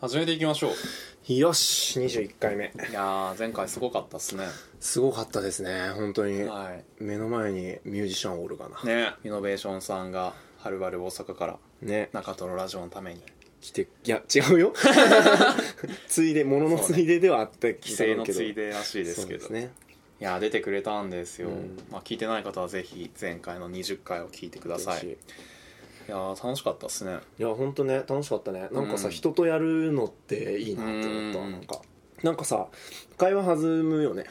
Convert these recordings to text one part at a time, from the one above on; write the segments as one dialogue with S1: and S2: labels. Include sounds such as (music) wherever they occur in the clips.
S1: 始めていきましょう
S2: よし21回目
S1: いやー前回すごかったっすね
S2: すごかったですね本当に、
S1: は
S2: 目の前にミュージシャンおるか
S1: いねイノベーションさんがはるばる大阪から
S2: なね
S1: 中トロラジオのために
S2: 来ていや違
S1: (laughs)
S2: うよついでもののついでではあった
S1: 帰
S2: 規
S1: 省のついでらしいですけど
S2: ね
S1: いやー出てくれたんですよ、
S2: うん
S1: まあ、聞いてない方はぜひ前回の20回を聞いてください
S2: 嬉
S1: い
S2: し
S1: やー楽しかったっすね
S2: いや本当ね楽しかったねなんかさ、
S1: うん
S2: 人とやるのっていいなって思った、
S1: うん
S2: なんかなんかさ会話弾むよね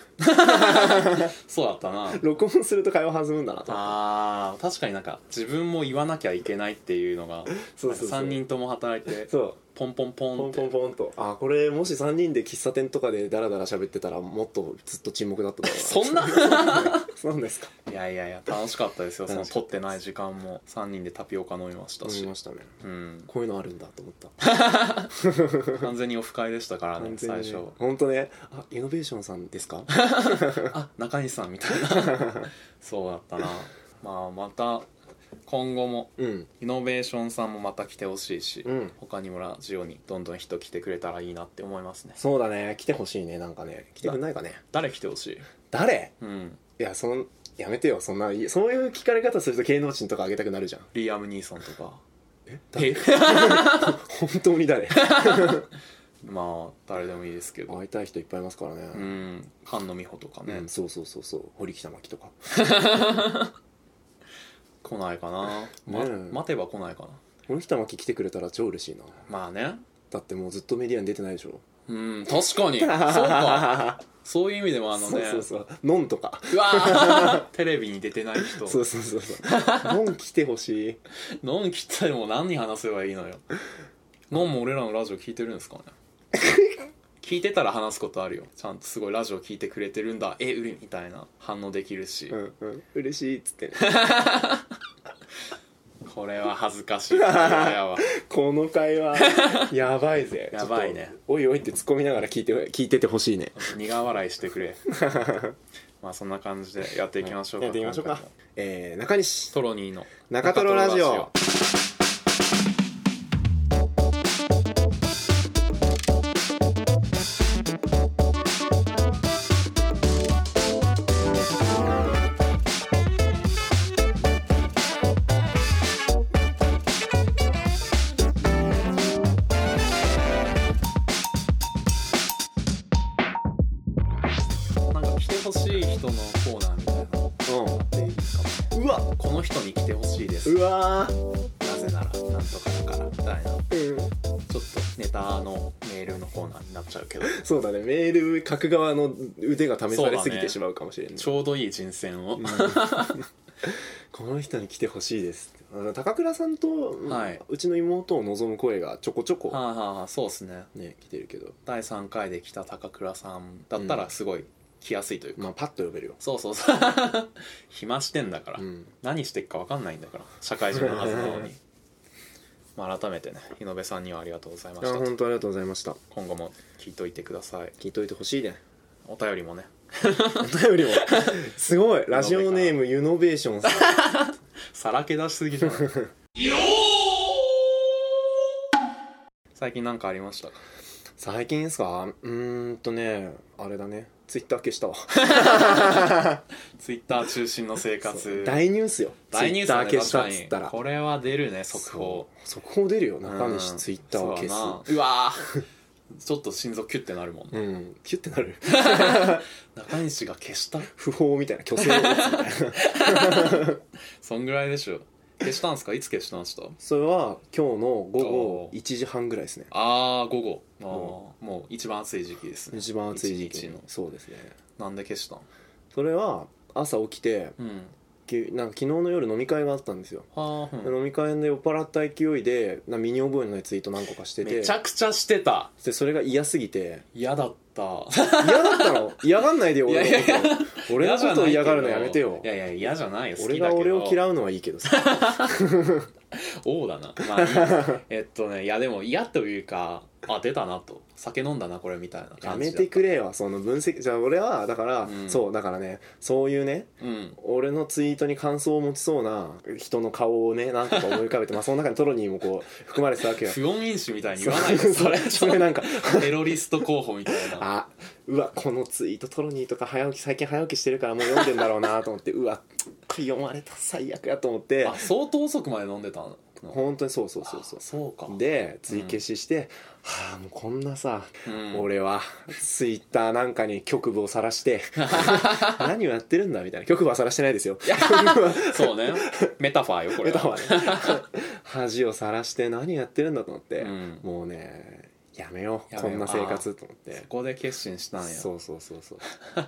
S1: そうだったな
S2: 録音すると会話弾むんだなと
S1: あー確かになんか自分も言わなきゃいけないっていうの (laughs) が
S2: そうそうそう
S1: 3人とも働いて
S2: そう
S1: ポンポンポ
S2: ポ
S1: ン
S2: ン
S1: っ
S2: ポン
S1: て
S2: ポンとあこれもし3人で喫茶店とかでダラダラ喋ってたらもっとずっと沈黙だっただろ
S1: そ (laughs)
S2: (laughs)
S1: んな
S2: うななんですか
S1: いやいやいや楽しかったですよその
S2: 楽しか
S1: 撮ってない時間も3人でタピオカ飲みました
S2: 思
S1: し
S2: いましたね
S1: うん
S2: こういうのあるんだと思った
S1: 完全にオフ会でしたからね最初
S2: (laughs) 本当ねあイノベーションさんです
S1: (laughs)
S2: か
S1: あ中西さんみたいな
S2: (laughs)
S1: そうだったなまあまた今後も
S2: うん
S1: イノベーションさんもまた来てほしいし、
S2: うん
S1: 他にもラジオにどんどん人来てくれたらいいなって思いますね
S2: そうだね来てほしいねなんかね来てくんないかね
S1: 誰来てほしい
S2: 誰
S1: うん
S2: いやそんやめてよそんないそういう聞かれ方すると芸能人とかあげたくなるじゃん
S1: リアム・ニーソンとか
S2: 誰本当に誰
S1: (laughs) まあ誰でもいいですけど
S2: 会いたい人いっぱいいますからね、
S1: うん菅野美穂とかね、
S2: うんそうそうそうそう堀北真希とか
S1: 来ないかな、ま
S2: ねえ
S1: 待てば来ないかな
S2: 堀北真希来てくれたら超嬉しいな
S1: まあね
S2: だってもうずっとメディアに出てないでしょ
S1: うん確
S2: (laughs)
S1: かにそうかそういう意味でもあの
S2: そ
S1: ね
S2: うそうそうノンとか
S1: うわー (laughs) テレビに出てない人
S2: そうそうそうそう
S1: (laughs)
S2: ノン来てほしい
S1: ノン切ったらもう何話せばいいのよノンも俺らのラジオ聞いてるんです
S2: (laughs)
S1: かね聞いてたら話すことあるよちゃんとすごいラジオ聞いてくれてるんだえうれみたいな反応できるし、
S2: うんうん嬉しいっつってね
S1: これは恥ずかしいいやいや
S2: (laughs)
S1: わ
S2: この会 (laughs) 話やばいぜ
S1: やばいね
S2: ちょっとおいおいって突っ込みながら聞いて聞いててほしいね
S1: 苦笑いしてくれまあそんな感じでやっていきましょうか、
S2: やってみましょう
S1: 今
S2: か
S1: 回も
S2: えー、中西
S1: トロニーの
S2: 中トロラジオ
S1: なんか来てほしい人のコーナーみたいなのっ
S2: う
S1: ていいかもね
S2: んうわ
S1: この人に来てほしいです
S2: うわー
S1: なぜならなんとかだからみたいなちょ
S2: うん
S1: っとネタのメールのコーナーになっちゃうけど
S2: そうだねメール書く側の腕が試されすぎ
S1: そうだね
S2: てしまうかもしれな
S1: (laughs)
S2: い、
S1: ちょうどいい人選を、
S2: (laughs) この人に来てほしいですあの高倉さんと、
S1: はいう
S2: ちの妹を望む声がちょこちょこ、
S1: はあはあそうですね
S2: ね来てるけど
S1: 第3回で来た高倉さんだったらすごい来やすいというか、
S2: まあパッと呼べるよ、
S1: そうそうそう (laughs) 暇してんだから、
S2: うん、
S1: 何してっか分かんないんだから社会人のはずなのにまあ改めてね井上さんにはありがとうございま
S2: い
S1: し
S2: や
S1: たと
S2: 本当ありがとうございました
S1: 今後も聞いといてください
S2: 聞いといてほしいね
S1: お便りもね
S2: お (laughs) 便りもすごいラジオネームユノベーションさん
S1: さらけ出しすぎ
S2: (laughs)
S1: じゃない最近なんかありましたか
S2: 最近ですかうーんとねあれだねツイッター消したわ
S1: ツイッター中心の生活
S2: 大ニュースよ
S1: 大ニュースだね
S2: ツイッター消したっ
S1: 確
S2: つ
S1: か
S2: っ
S1: に
S2: たら
S1: これは出るね速報
S2: そう速報出るよ中
S1: う
S2: 西
S1: ん
S2: ツイッターを消
S1: そうだ
S2: す
S1: なうわーちょっと心臓キュッてなるもんね
S2: うんキュッてなる
S1: 中西が消した
S2: 不法みたいな虚
S1: (laughs)
S2: 勢を打つみたいな
S1: そんぐらいでしょ消したんすかいつ消したんすか
S2: それは今日の午後
S1: おー
S2: 1時半ぐらいですね
S1: ああ午後あーもう一番暑い時期ですね
S2: 一番暑い時
S1: 一日
S2: 期
S1: の
S2: そうですね
S1: なんで消したん
S2: それは朝起きて
S1: うん
S2: きなんか昨日の夜飲み会があったんですよ
S1: はあ、うん
S2: 飲み会で酔っ払った勢いでな身に覚えのないツイート何個かしてて
S1: めちゃくちゃしてた
S2: でそれが嫌すぎて
S1: 嫌だった
S2: 嫌だっ
S1: (laughs)
S2: たの嫌がんないでよ俺
S1: いやいや
S2: のこと俺のことを嫌がるのやめてよ
S1: いやいや嫌じゃないよ好
S2: 俺
S1: きだ
S2: が
S1: けど
S2: 俺を嫌うのはいいけどさ (laughs)
S1: 王だな、まあいい、えっとねいやでも嫌というかあ出たなと酒飲んだなこれみたいな感じだ
S2: やめてくれよその分析じゃあ俺はだから、
S1: うん
S2: そうだからねそういうね
S1: うん
S2: 俺のツイートに感想を持ちそうな人の顔をね何個か思い浮かべてまあその中にトロニーもこう含まれてたわけよ
S1: 不穏飲酒みたいに言わないでそれ
S2: (laughs) それなんか
S1: テロリスト候補みた
S2: (laughs)
S1: いな
S2: あうわこのツイートトロニーとか早起き最近早起きしてるからもう読んでんだろうなと思ってうわこれ読まれた最悪やと思って
S1: あ相当遅くまで飲んでたの
S2: 本当にそうそうそうそ
S1: あそうか
S2: うでツイ消しして、はあもうこんなさ、
S1: うん
S2: 俺はツイッターなんかに局部を晒して
S1: (laughs)
S2: 何をやってるんだみたいな局部は晒してないですよ
S1: そうね (laughs) メタファーよこれ
S2: メタフ
S1: は
S2: ァーね (laughs) 恥を晒して何やってるんだと思って、
S1: うん
S2: もうねやめよう
S1: や
S2: こ
S1: め
S2: ん
S1: よう
S2: な生活と思っ
S1: そ
S2: て
S1: こで決心したんや
S2: そうそうそうそう (laughs)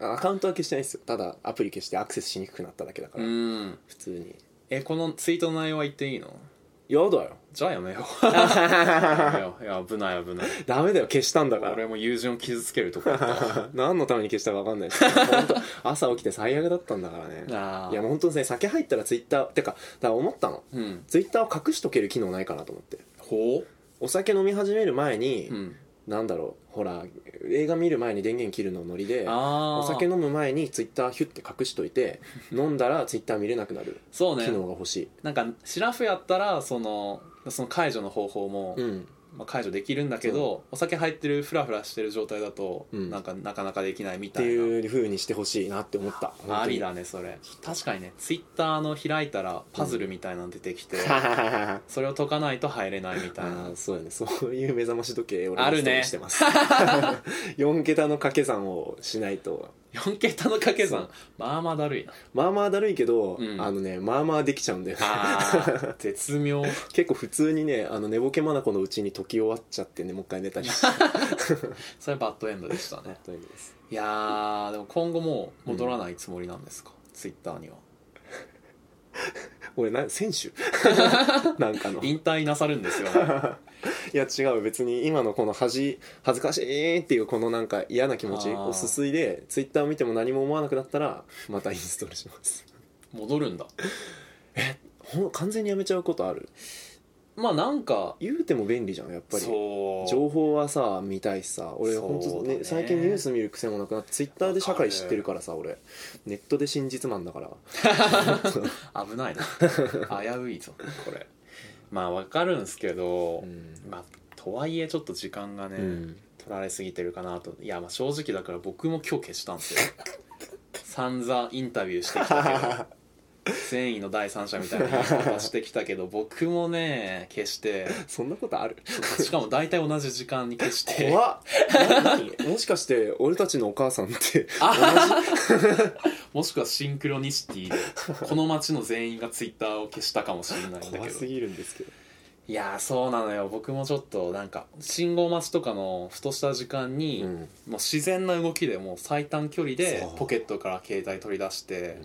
S2: アカウントは消してないですよただアプリ消してアクセスしにくくなっただけだから、
S1: うん
S2: 普通に
S1: えこのツイートの内容は言っていいの
S2: やだよ
S1: じゃあやめよう
S2: (laughs)
S1: やめよういや危ない危ない
S2: ダメだよ消したんだから
S1: 俺も友人を傷つけるとこだった
S2: (laughs) 何のために消したか分かんないですけど (laughs) 本当朝起きて最悪だったんだからね
S1: (laughs) あー
S2: いやもう本当にね酒入ったらツイッターてかだから思ったの
S1: うん
S2: ツイッターを隠しとける機能ないかなと思って
S1: ほ
S2: お酒飲み始める前に、
S1: ううん
S2: なんだろうほら映画見る前に電源切るのノリで
S1: あ
S2: お
S1: あ
S2: 酒飲む前にツイッターヒュッて隠しといて飲んだらツイッター見れなくなる
S1: そう
S2: 機
S1: ね
S2: 能が欲しい、
S1: なんかシラフやったらそのその解除の方法も、
S2: うん
S1: まあ、解除できるんだけどお酒入ってるフラフラしてる状態だと、
S2: うん
S1: なんかなかなかできないみ
S2: って
S1: たいな
S2: いう風にしてほしいなって思った本当に
S1: あ
S2: (laughs)
S1: りだねそれ確かにねツイッターの開いたらパズルみたいなの出てきて、
S2: (laughs) あ
S1: それを解かないと入れないみたいな
S2: ーそうやねそういう目覚まし時計俺
S1: ある
S2: ストー
S1: ね
S2: リーし
S1: (laughs)
S2: てます、4桁の掛け算をしないと
S1: 4桁の掛け
S2: そ
S1: 算まあまあだるいな
S2: まあまあだるいけど、
S1: うん
S2: あのねまあまあできちゃうんだよね
S1: あー (laughs) 絶妙
S2: (laughs) 結構普通にねあの寝ぼけまなこのうちに解き終わっちゃってねもう一回寝
S1: (laughs)
S2: たりして
S1: それバッドエンドでした
S2: 本
S1: ね
S2: 当にです
S1: いやーでも今後もう戻らないつもりなんですか、ツイッターには
S2: 俺な選
S1: (laughs)
S2: 手なんかの
S1: 引退なさるんですよね
S2: いや違う別に今のこの恥恥ずかしいっていうこのなんか嫌な気持ち
S1: あー
S2: をすすいでツイッターを見ても何も思わなくなったらまたインストールします
S1: 戻るんだ
S2: ほん完全にやめちゃうことある
S1: まあなんか
S2: 言うても便利じゃんやっぱり
S1: そう
S2: 情報はさ見たいしさ俺
S1: そうだ
S2: 本
S1: ね
S2: 当ね最近ニュース見る癖もなくなってツイッターで社会知ってるからさ俺ネットで真実マンだから
S1: 危ないな危ういぞこれまあわかるんですけど、
S2: うん
S1: まあとはいえちょっと時間がね、
S2: うん (laughs)
S1: 取られすぎてるかなといやまあ正直だから僕も今日消したんですよ散々インタビューしてき
S2: (laughs)
S1: たけど善意の第三者みたいな言い方してきたけど僕もね消して
S2: そんなことある
S1: しかも大体同じ時間に消して
S2: 怖っな何もしかして俺たちのお母さんって
S1: (laughs) もしくはシンクロニシティでこの町の全員がツイッターを消したかもしれないんだけど
S2: 怖すぎるんですけど
S1: いやーそうなのよ僕もちょっとなんか信号待ちとかのふとした時間に、
S2: う
S1: も
S2: ん
S1: う自然な動きでもう最短距離で
S2: そう
S1: ポケットから携帯取り出して、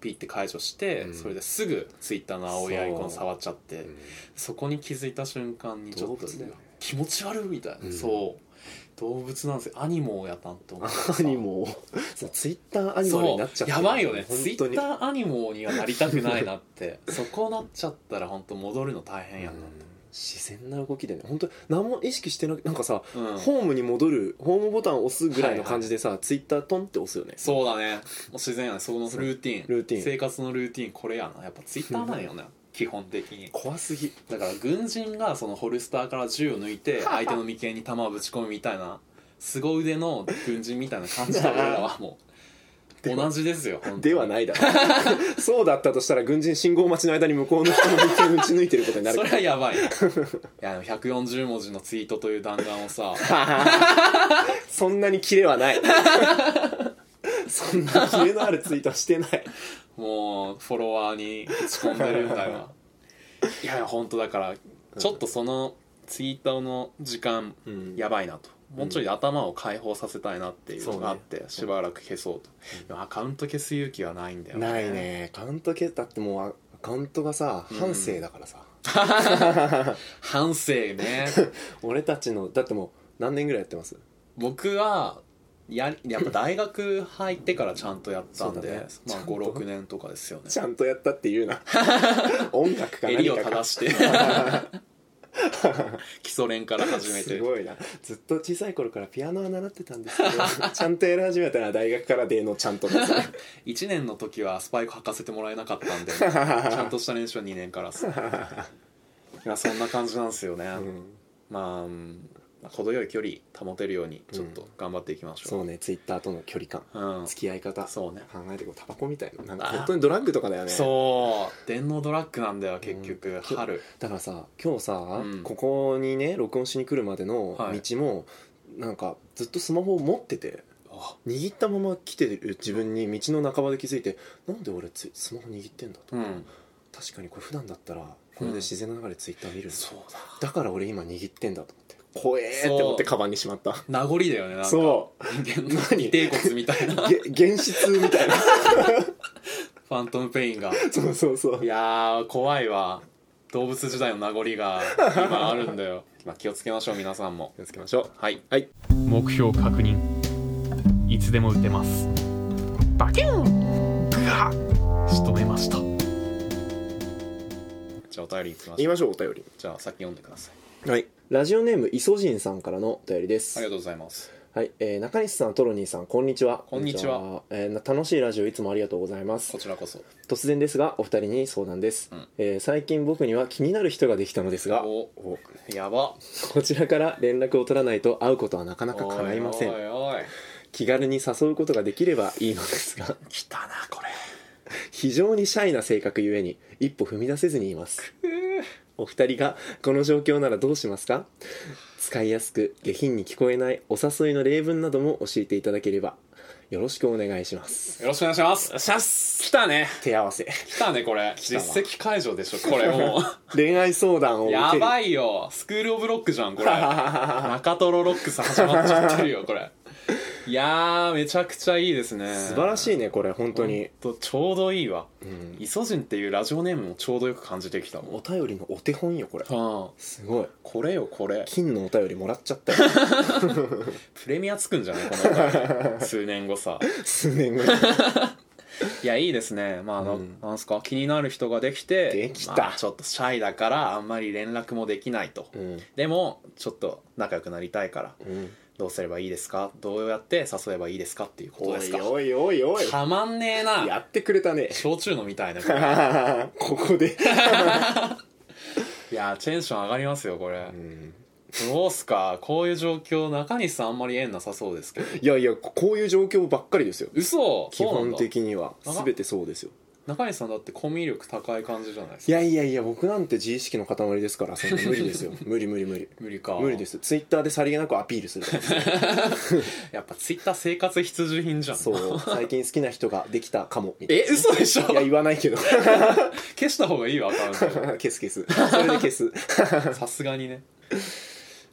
S1: ピッて解除して、
S2: うん
S1: それですぐツイッターの青いアイコン触っちゃってそ,、
S2: うん
S1: こに気づいた瞬間にちょっと、
S2: 動物だよね
S1: 気持ち悪いみたいな、
S2: うん
S1: そう動物なんですよアニモをやったんと思ってさ
S2: (laughs) アニモをそうツイッターアニモ
S1: そ
S2: に
S1: う
S2: なっちゃって
S1: やばいよねツイ
S2: 本当
S1: ッ
S2: に
S1: ターアニモにはなりたくないなって (laughs) そこなっちゃったら本当戻るの大変や
S2: うん
S1: な、
S2: 自然な動きでね本当何も意識してなくなんかさ、
S1: うん
S2: ホームに戻るホームボタンを押すぐらいの感じでさ、ツイッタートンって押すよね
S1: そうだねもう自然やねそこのルーティン
S2: ルーティン
S1: 生活のルーティンこれやなやっぱツイッターなんよね基本的に
S2: 怖すぎ
S1: だから軍人がそのホルスターから銃を抜い
S2: (laughs)
S1: て相手の眉間に弾をぶち込むみたいな凄腕の軍人みたいな感じだ俺らはも
S2: (laughs)
S1: う同じですよ
S2: ではないいだろ (laughs) そうだったとしたら軍人信号待ちの間に向こうの人の一見打ち抜いてることにな
S1: (laughs)
S2: る
S1: そ
S2: か
S1: れはや
S2: ら (laughs)
S1: ばいないやでも140文字のツイートという弾丸をさ
S2: そんなにキレはない (laughs) そんなキレのあるツイートはしてない
S1: もうフォロワーに打ち込んでるんだよ (laughs) いやいや本当だからちょっとそのツイートの時間
S2: うん
S1: やばいなと、もうちょいで頭を解放させたいなっていうのがあって、
S2: そうね
S1: しばらく消そうと、でもアカウント消す勇気はないんだよ
S2: ないねアカウント消だってもうアカウントがさ
S1: うん
S2: 半生だからさ、
S1: 反省ね (laughs)
S2: 俺たちのだってもう何年ぐらいやってます
S1: 僕はやりやっぱ大学入ってからちゃんとやったんで、
S2: そうだね
S1: まあ
S2: ちゃんと
S1: 56年とかですよね (laughs)
S2: ちゃんとやったって言うな音楽か何
S1: 襟を
S2: かか
S1: (laughs) 正して基礎練から始め
S2: す
S1: て
S2: ごいなずっと小さい頃からピアノは習ってたんですけど
S1: (laughs)
S2: ちゃんとやり始めたのは大学からでのちゃんとですね
S1: 1年の時はスパイク履かせてもらえなかったん
S2: (laughs)
S1: でちゃんとした練習は2年からっすいやそんな感じなんですよね、
S2: うん
S1: まあうん程よい距離保てるようにちょっと頑張っていきまし
S2: そ
S1: ょ
S2: うねツイッターとの距離感
S1: う、うん
S2: 付き合い方考
S1: そうね
S2: えてこうタバコみたいななんか
S1: あー
S2: 本当にドラッグとかだよね
S1: そう電脳ドラッグなんだよ結局、
S2: うん
S1: 春
S2: だからさ今日さ、
S1: ん
S2: ここにね録音しに来るまでの
S1: はい
S2: 道も、なんかずっとスマホを持ってて
S1: あ
S2: 握ったまま来てる自分に道の半ばで気づいてなんで俺つスマホ握ってんだと、
S1: うん
S2: 確かにこれ普段だったらこれで自然な流れツイッター見るんだ、
S1: そうだ
S2: だから俺今握ってんだと思って怖えーって思ってカバンにしまった
S1: 名残だよねなんか
S2: そ
S1: 人間の
S2: 何
S1: 尾てい骨みたい
S2: (laughs)
S1: な
S2: う
S1: フ
S2: げ原始痛みたいな
S1: ァントムペインが
S2: (laughs) そうそうそう
S1: いやー怖いわ動物時代の名残が今あるんだよ、まあ、気をつけましょう皆さんも
S2: 気をつけましょう
S1: はい、
S2: はい、
S1: 目標確認いつでも打てますバキュンブハ仕留めましたじゃあお便りいきま
S2: 言
S1: し
S2: い
S1: ょう
S2: ましょうお便り
S1: じゃあ先読んでください
S2: はいラジオネームイソジンさんからのお便りです
S1: ありがとうございます
S2: はい、えー中西さんトロニーさんこんにちは
S1: こんにちは、
S2: えーな楽しいラジオいつもありがとうございます
S1: こちらこそ
S2: 突然ですがお二人に相談です、
S1: うん
S2: えー最近僕には気になる人ができたのですが
S1: お
S2: お
S1: やば
S2: こちらから連絡を取らないと会うことはなかなか叶いません
S1: おいおいおい
S2: 気軽に誘うことができればいいのですが
S1: 来たなこれ
S2: 非常にシャイな性格ゆえに一歩踏み出せずにいますお二人がこの状況ならどうしますか使いやすく下品に聞こえないお誘いの例文なども教えていただければよろしくお願いします
S1: よろしくお願いします
S2: シャス
S1: 来たね
S2: 手合わせ
S1: 来たねこれ
S2: た
S1: 実
S2: わ
S1: 績解除でしょこれも
S2: 恋愛相談を
S1: う
S2: 受ける
S1: やば
S2: い
S1: いよスクールオブロックじゃん
S2: (laughs)
S1: これ中トロロックス始まっちゃってるよこ
S2: (laughs)
S1: れいやーめちゃくちゃいいですね
S2: 素晴ら
S1: い
S2: しいねこれ本当に、
S1: とちょうどいいわ
S2: うん
S1: イソジンっていうラジオネームもちょうどよく感じてきた
S2: (laughs)
S1: もん
S2: お便りのお手本よこれ
S1: はあ
S2: すごい
S1: これよこれ
S2: 金のお便りもらっちゃっ
S1: (laughs)
S2: たよ
S1: プレミアつくんじゃないこの
S2: (laughs)
S1: 歌数年後さ
S2: 数年ぐらい
S1: いやいいですねまああの、
S2: うん
S1: なんすか気になる人ができて
S2: できた
S1: まあちょっとシャイだからあんまり連絡もできないと、
S2: うん、
S1: でもちょっと仲良くなりたいから
S2: うん、
S1: どうすればいいですかどうやって誘えばいいですかっていうことですか
S2: おいおいおい
S1: たまんねえな
S2: やってくれ
S1: (laughs)
S2: たね
S1: 焼酎飲み
S2: (laughs)
S1: たいねこれ
S2: ここで、
S1: いやテンション上がりますよこれ
S2: うん、
S1: どうすかこういう状況中西さんあんまり縁なさそうですけど
S2: いやいやこういう状況ばっかりですよ
S1: 嘘
S2: 基
S1: そうなん
S2: 本
S1: だ
S2: 的には
S1: あら
S2: 全てそうですよ
S1: 中西さんだってコミュ力高い感じじゃないです
S2: い
S1: か
S2: やいやいや僕なんて自意識の塊ですからそんな無理です (laughs) よ無理無理無理
S1: 無理か
S2: 無理ですツイッターでさりげなくアピールするじゃないですか
S1: やっぱツイッター生活必需品じゃん
S2: そう最近好きな人ができたかもみたい
S1: え嘘でしょ
S2: ないや言わないけど (laughs)
S1: 消した方がいいわアカウン
S2: 消す消すそれで消す、
S1: ト (laughs) さすがにね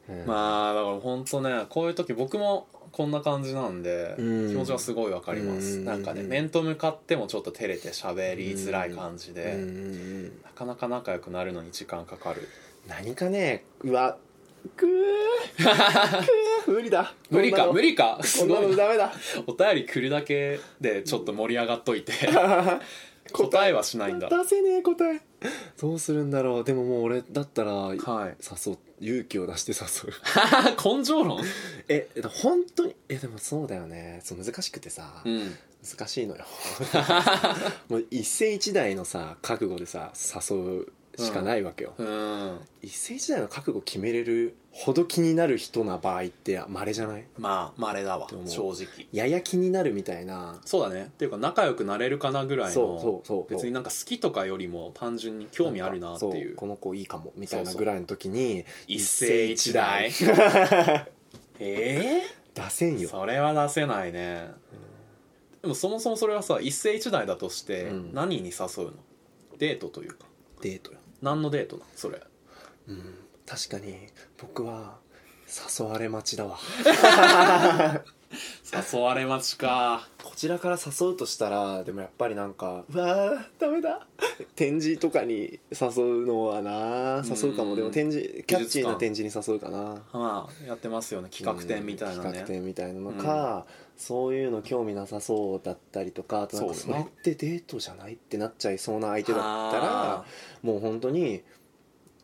S2: うん
S1: まあだから本当ねこういう時僕もこんな感じなんで気
S2: うん
S1: 持ちはすごいわかりま
S2: う
S1: す
S2: ん
S1: なんかね面と向かってもちょっと照れて喋りづらい感じ
S2: うんう
S1: で
S2: んうん
S1: なかなか仲良くなるのに時間かかる
S2: 何かねうわくーくー無理だ
S1: 無理か無
S2: 理
S1: 理か
S2: (laughs) こ
S1: す
S2: んな
S1: ごい
S2: のダメだ
S1: お便り来るだけでちょっと盛り上がっといて
S2: 答
S1: 答
S2: え
S1: えはしないんだ
S2: 出せねえ答えどうするんだろうでももう俺だったら
S1: はい
S2: (laughs) 誘う勇気を出して誘う
S1: 根性論
S2: (laughs) えでも本当にえでもそうだよねそう難しくてさ、
S1: うん
S2: 難し
S1: (laughs)
S2: いのよもう一世一代のさ覚悟でさ誘うしかないわけよ、
S1: うん
S2: 一世一代の覚悟決めれるほど気になる人な場合って稀じゃない
S1: まあまれだわ
S2: どうも
S1: 正直
S2: やや気になるみたいな
S1: そうだねっていうか仲良くなれるかなぐらいの
S2: そうそうそう
S1: 別になんか好きとかよりも単純に興味あるなってい
S2: そう
S1: う
S2: この子いいかもみたい
S1: そ
S2: な
S1: うそう
S2: ぐらいの時に
S1: 一世一
S2: (laughs)
S1: 代え
S2: 出せん
S1: え (laughs)
S2: よ
S1: それは出せないねでもそもそもそれはさ一世一代だとして
S2: うん
S1: 何に誘うのデートというか
S2: デートよ、
S1: 何のデートなのそれ
S2: うん、確かに僕は誘われ待ちだわ
S1: 誘われ待ちか
S2: こちらから誘うとしたらでもやっぱりなんかうわーダメだ展示とかに誘うのはな誘うか
S1: う
S2: も
S1: ん
S2: でも展示キャッチ
S1: 美術
S2: ーな
S1: 館
S2: 展示に誘うかな
S1: (laughs) まあやってますよね企画展みたいな
S2: うん企画
S1: ね
S2: 展みたいなのか、そういうの興味なさそうだったりとかあとなんか
S1: そ
S2: そう
S1: ね
S2: れってデートじゃないってなっちゃいそうな相手だった
S1: あ
S2: らもう本当に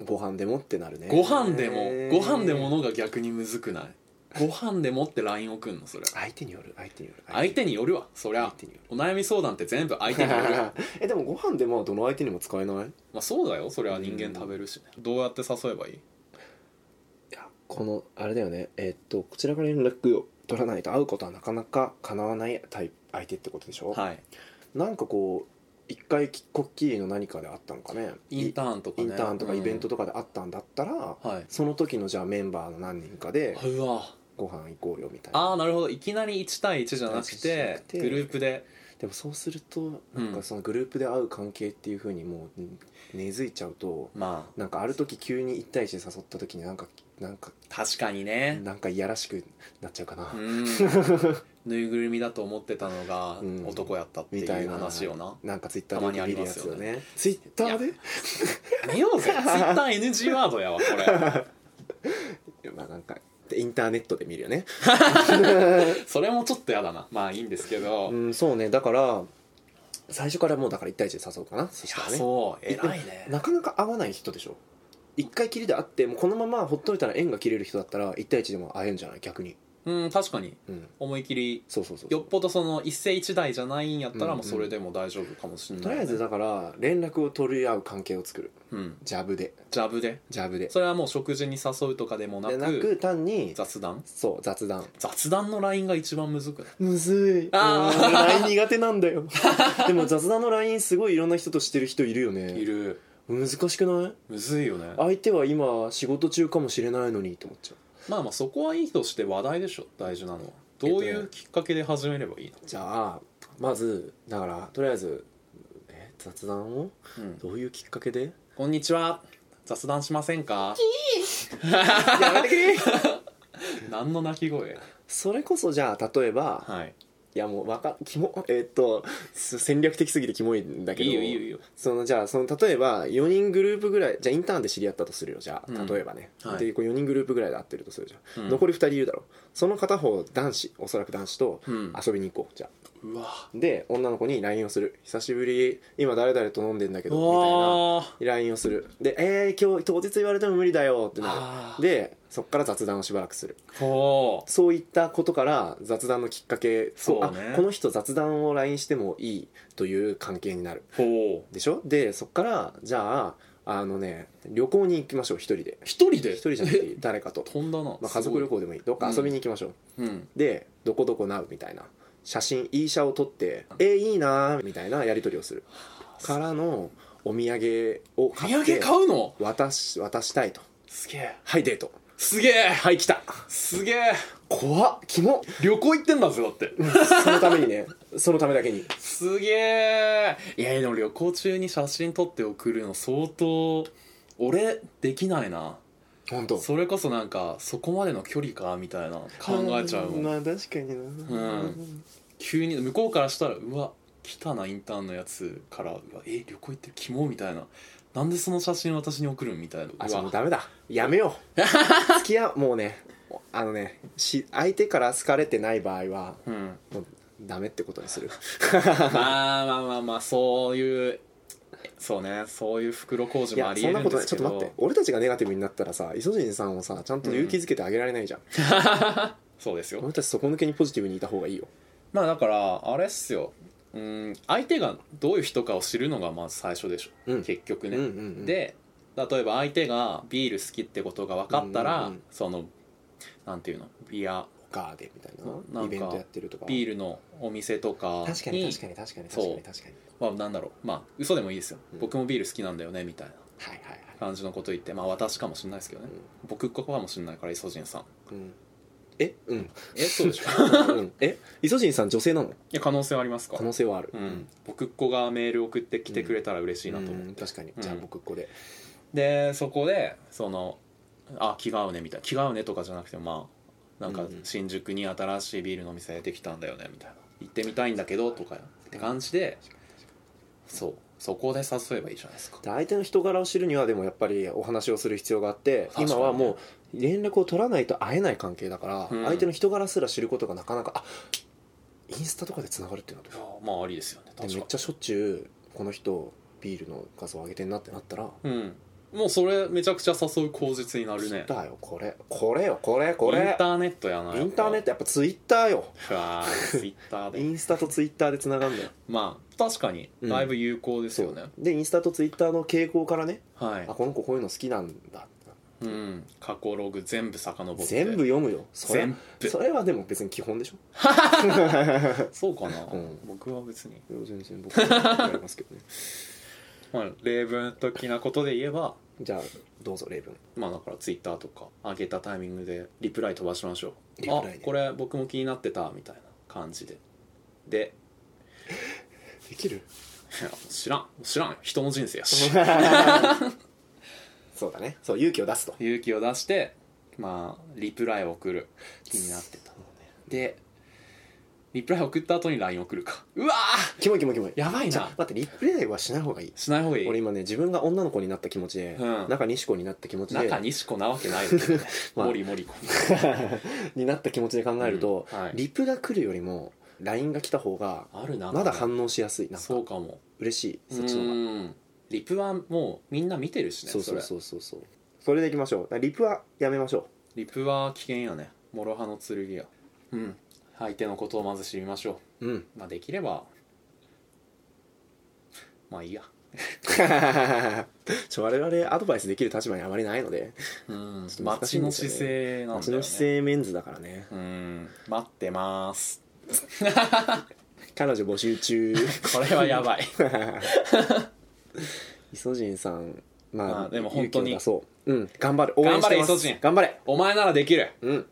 S2: ご飯でもってなるね
S1: ご飯でもご飯でものが逆にむずくないご飯でもって LINE 送んのそれ
S2: 相手による相手による
S1: 相手によるわそりゃ
S2: 相手による
S1: お悩み相談って全部相手による
S2: (laughs) えでもご飯でもどの相手にも使えないい
S1: まあそうだよそれは人間食べるしねどうやって誘えばいい
S2: やこのあれだよねえーっとこちらから連絡を取らないと会うことはなかなか叶わないタイプ相手ってことでしょ、
S1: はい
S2: なんかこう一回きこっきりの何かであったのかね
S1: インターンとか
S2: イ
S1: ね
S2: ンターンとかイベント
S1: と
S2: とかであったんだったら、
S1: かはい
S2: その時のじゃあメンバーの何人かで
S1: うわ
S2: ご飯行こうよみたいな
S1: ああなるほどいきなり1対1じゃなくて
S2: じゃなくて
S1: グループで
S2: でもそうすると
S1: う
S2: なんんかそのグループで会う関係っていうふうにもうん根付いちゃうと
S1: まあ
S2: なんかある時急に1対1で誘った時になんかなんか
S1: 確かにね
S2: なんかいやらしくなっちゃうかな
S1: うんぬいぐるみだと思ってたのが
S2: うん
S1: 男やったって
S2: み
S1: い
S2: たいうな
S1: 話をな
S2: なんかツイッタ
S1: たま
S2: ー
S1: に
S2: で
S1: あ
S2: 見
S1: り
S2: る
S1: ま
S2: や
S1: す
S2: つよ
S1: よね
S2: ねツイッターで
S1: やめようぜ TwitterNG ワードやわこ
S2: (laughs)
S1: れ
S2: まあなんかインターネットで見るよね
S1: それもちょっとやだなまあいいんですけど、
S2: う
S1: い
S2: んそうねだから最初からもうだから1対1で誘うかなそした
S1: や
S2: らね
S1: そう偉いね
S2: なかなか会わない人でしょ一回きりで会ってもうこのままほっといたら縁が切れる人だったら1対1でも会えるんじゃない逆に
S1: うん確かに
S2: うん
S1: 思い切り
S2: そうそうそう
S1: よっぽどその一世一代じゃないんやった
S2: うんう
S1: ら
S2: ん
S1: もうそれでも大丈夫かもしれない、
S2: とりあえずだから連絡を取り合う関係を作る
S1: うん
S2: ジャブで
S1: ジャブで
S2: ジャブで
S1: それはもう食事に誘うとかでもな
S2: で
S1: く
S2: なく単に
S1: 雑談
S2: そう雑談
S1: 雑談のラインが一番むずくない
S2: むずい
S1: あー
S2: うん LINE 苦手なんだよ (laughs) でも雑談の LINE すごいいろんな人としてる人いるよ
S1: い
S2: ね
S1: る
S2: 難しくない
S1: むずいよね
S2: 相手は今仕事中かもしれないのにって思っちゃう
S1: まあまあそこはいいとして話題でしょ大事なのはどういうきっかけで始めればいいの、
S2: じゃあまずだからとりあえずえ雑談を
S1: うん、
S2: どういうきっかけで
S1: こんにちは雑談しませんか
S2: やめてくれ (laughs)
S1: 何の鳴き声
S2: それこそじゃあ例えば
S1: はい
S2: いやもうわかキモえーっとす戦略的すぎてキモいんだけ
S1: い
S2: ど
S1: いよいいよいいよ
S2: そのじゃあその例えば4人グループぐらいじゃあインターンで知り合ったとするよじゃ
S1: う
S2: あ、
S1: ん
S2: 例えばね、
S1: はい
S2: でこう4人グループぐらいで会ってるとするじゃん、
S1: うん
S2: 残り2人いるだろその片方男子おそらく男子と
S1: うん
S2: 遊びに行こうじゃあ
S1: うわ
S2: で女の子に LINE をする「久しぶり今誰々と飲んでんだけど」みたいな
S1: あ
S2: LINE をするで「えー、今日当日言われても無理だよ」ってな
S1: あ
S2: るでそっから雑談をしばらくする
S1: ほ
S2: そういったことから雑談のきっかけ
S1: そう
S2: あ
S1: ね
S2: この人雑談を LINE してもいいという関係になる
S1: うほう
S2: でしょでそっからじゃああのね旅行に行きましょう一人で
S1: 一人で
S2: 一人じゃなくていい誰かと、
S1: 飛んだな、
S2: まあ、家族旅行でもいいどっか遊びに行きましょう、
S1: うん
S2: でどこどこなうみたいな写真いい写を撮って「えー、いいな」みたいなやり取りをするからのお土産を
S1: お
S2: 買
S1: 土
S2: っ
S1: 産
S2: て
S1: 買うの
S2: 渡し渡したいと
S1: すげえ
S2: はいデート
S1: すげえ
S2: はい来た
S1: すげえ
S2: 怖っキモ
S1: 旅行行ってんだぜだって
S2: そのためにねそのためだけに
S1: すげえいやでも旅行中に写真撮って送るの相当俺できないな
S2: 本当
S1: それこそなんかそこまでの距離かみたいな考えちゃうもん、
S2: まあ確かにな
S1: うん急に向こうからしたらうわ来たなインターンのやつからうわえ旅行行ってるキモみたいななんでその写真私に送るんみたいな
S2: あ
S1: う
S2: じゃあも
S1: わ
S2: うダメだやめよう
S1: (laughs)
S2: 付き合うもうねあのねし相手から好かれてない場合は
S1: うん
S2: もうダメってことにする
S1: まあまあまあまあそういうそうねそういう袋小
S2: い
S1: 路もあ
S2: や
S1: り
S2: そ
S1: え
S2: ん
S1: る
S2: なんこと
S1: で
S2: ない
S1: す
S2: ち
S1: け
S2: ょっと待っ
S1: ど
S2: て俺たちがネガティブになったらさ磯尻さんをさちゃんと勇気づけてあげられないじゃん、
S1: そうですよ
S2: 俺たち底抜けにポジティブにいた方がいいよ
S1: まあだからあれっすようん相手がどういう人かを知るのがまず最初でしょ、
S2: うん
S1: 結局ね、
S2: うんうんうん
S1: で例えば相手がビール好きってことが分かったら、
S2: うんうんうん
S1: そのなんていうのビア
S2: ガーデンみたい
S1: なん
S2: な
S1: か
S2: イベントやってるとか
S1: ビールのお店とか
S2: 確かに確かに確かに確か
S1: そう
S2: に確かに
S1: まあ、なんだろうまあ嘘でもいいですよ、
S2: うん
S1: 僕もビール好きなんだよねみたいな
S2: はいはいはい
S1: 感じのこと言ってまあ私かもしれないですけどね、僕かもしれないからイソジン
S2: (laughs)
S1: さん
S2: うんえうん
S1: えそうでしょい
S2: (laughs) うんえ磯尻さん女性なの
S1: や可能性はありますか
S2: 可能性はある
S1: うん、僕っ子がメール送ってきてくれたら嬉しいなと思う、
S2: うん確かにじゃあ僕ここで
S1: でそこでその「あ気が合うね」みたいな「気が合うね」とかじゃなくてまあなんか
S2: うんうん
S1: 新宿に新しいビールの店できたんだよねみたいな行ってみたいんだけどとかって感じでそうそこで誘えばいいじゃないですか
S2: で相手の人柄を知るにはでもやっぱりお話をする必要があって
S1: 確かにね
S2: 今はもう連絡を取らないと会えない関係だから、
S1: うん
S2: 相手の人柄すら知ることがなかなかあインスタとかでつながるっていうのはど
S1: いやまあありですよね
S2: うで
S1: 確
S2: め
S1: か
S2: っちゃしょっちゅうこの人ビールの画像上げてんなってなったら
S1: にうんもうそれめちゃくちゃ誘う口実になるね
S2: だよこれこれよこれ
S1: イ
S2: こ
S1: ン
S2: れ
S1: ターネットやな
S2: インターネッ
S1: ト
S2: トやっぱツイッターよ
S1: あツイッター
S2: イ (laughs)
S1: で
S2: ンスタとツイッターでつながるんだよ
S1: まあ確かに
S2: うん
S1: だいぶ有効ですよね、
S2: でインスタとツイッターの傾向からね
S1: はい
S2: あこの子こういうの好きなんだ
S1: うん過去ログ全部遡って
S2: 全部読むよそれ
S1: 全部
S2: それはでも別に基本でしょ
S1: そうかな、
S2: うん
S1: 僕は別に、
S2: それは全然僕はやりますけどね (laughs)
S1: まあ、例文的なことで言えば
S2: じゃあどうぞ例文
S1: まあだからツイッターとか上げたタイミングでリプライ飛ばしましょ
S2: リ
S1: う
S2: プラ
S1: あ
S2: イね
S1: これ僕も気になってたみたいな感じでで (laughs)
S2: できる
S1: いやもう知らんもう知らんよ人の人生やし
S2: (laughs) そうだねそう勇気を出すと
S1: 勇気を出してまあリプライを送る気になってたでリプライ送った後に LINE 送るかうわ
S2: キモいキモいキモい
S1: ーやばい
S2: じゃ
S1: な
S2: あ待ってリプレイはしない方がいい
S1: しない方がい
S2: 俺
S1: い
S2: 今ね自分が女の子になった気持ちで、
S1: うん
S2: 中西子になった気持ちで
S1: 中西子なわけないよね
S2: (laughs) まあ
S1: モリモリ子
S2: (laughs) になった気持ちで考えると、
S1: うんはい
S2: リプが来るよりも LINE が来た方が
S1: あるな
S2: まだ反応しやすいなん
S1: そ
S2: か
S1: うかも
S2: 嬉しいそっちの方が
S1: うんリプはもうみんな見てるしね
S2: そうそ
S1: そ
S2: う
S1: れ
S2: そうそうそうそれでいきましょうリプはやめましょ
S1: リプは危険やね諸刃の剣やうん相手のことをまず知りましょ
S2: う (laughs) うん
S1: うまあできればまあいいや
S2: ちょ我々アドバイスできる立場にあまりないので
S1: うん
S2: ちょっと難
S1: 街
S2: しいん
S1: の
S2: ですよね
S1: 姿勢なんだよ、ね、
S2: 街の姿勢メンズだからね
S1: うん待ってます
S2: 彼女募
S1: (laughs)
S2: 集中
S1: これはやば
S2: (laughs)
S1: い
S2: イソジンさんまあ、
S1: まあでも本当に
S2: 勇気を出そううん頑張る応援してます
S1: 頑張れイソジン
S2: 頑張れ
S1: お前ならできる
S2: うん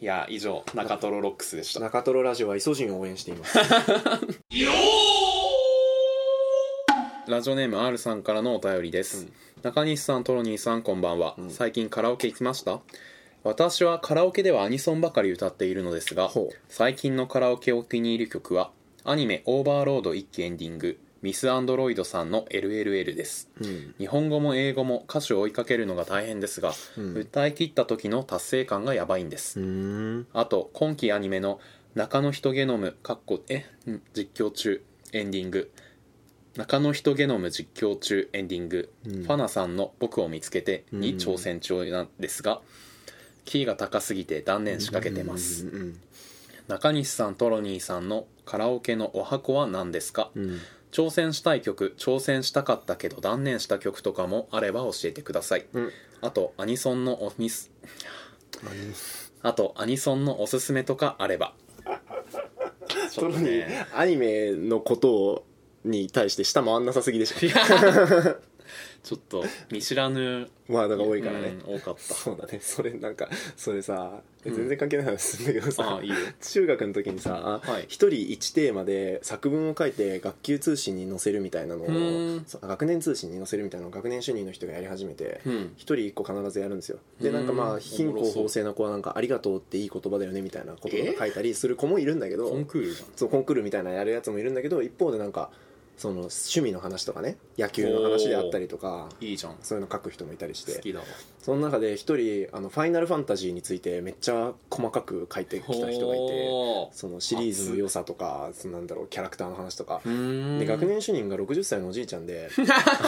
S1: いや以上中トロロックスでした
S2: 中トロラジオはイソジンを応援してい
S1: (laughs)
S2: ます
S1: ラジオネーム R さんからのお便りです、中西さんトロニーさんこんばんは、最近カラオケ行きました私はカラオケではアニソンばかり歌っているのですが
S2: ほう
S1: 最近のカラオケお気に入り曲はアニメ「オーバーロード」1期エンディングミス・アンドロイドさんの「LLL」です、
S2: うん
S1: 日本語も英語も歌手を追いかけるのが大変ですが、歌い切った時の達成感がやばいんです
S2: うーん
S1: あと今期アニメの「中の人ゲノム」かっこえん実況中エンディング「中の人ゲノム」実況中エンディング、ファナさんの「僕を見つけて」に挑戦中なんですが、キーが高すぎて断念しかけてます、
S2: うんうん
S1: 中西さんトロニーさんのカラオケのお箱は何ですか、
S2: ん
S1: 挑戦したい曲挑戦したかったけど断念した曲とかもあれば教えてください、
S2: ん
S1: あとアニソンのおみすあとアニソンのおすすめとかあればち
S2: (laughs) ト
S1: ょっ
S2: ロ
S1: と
S2: に
S1: ね
S2: アニメのことをに対して下回んなさすぎでしょ
S1: ちょっと見知らぬ
S2: ワードが多いからね、
S1: うん多かっ
S2: (laughs)
S1: た
S2: そうだねそれなんかそれさ全然関係ない話すんだけどさ、
S1: あいいよ
S2: 中学の時にさ
S1: はい
S2: 一、人一テーマで作文を書いて学級通信に載せるみたいなの
S1: う
S2: を
S1: ん
S2: そう学年通信に載せるみたいなのを学年主任の人がやり始めて
S1: うん
S2: 一、人一個必ずやるんですよでなんかま
S1: う
S2: あ
S1: ん
S2: 貧
S1: おもろ
S2: 困
S1: そう
S2: 法制な子はなんか「ありがとう」っていい言葉だよねみたいなこととか書いたりする子もいるんだけど
S1: コンクールじ
S2: そうコンクールみたいなのやるやつもいるんだけど一方でなんかその趣味の話とかね野球の話であったりとか
S1: ゃんいいじゃん好
S2: そういうの書く人もいたりして
S1: きだわ
S2: その中で一人「あのファイナルファンタジー」についてめっちゃ細かく書いてきた人がいて
S1: ほー
S2: そのシリーズの良さとかそのなんだろうキャラクターの話とか
S1: う。ーん
S2: で学年主任が60歳のおじいちゃん
S1: (laughs)
S2: で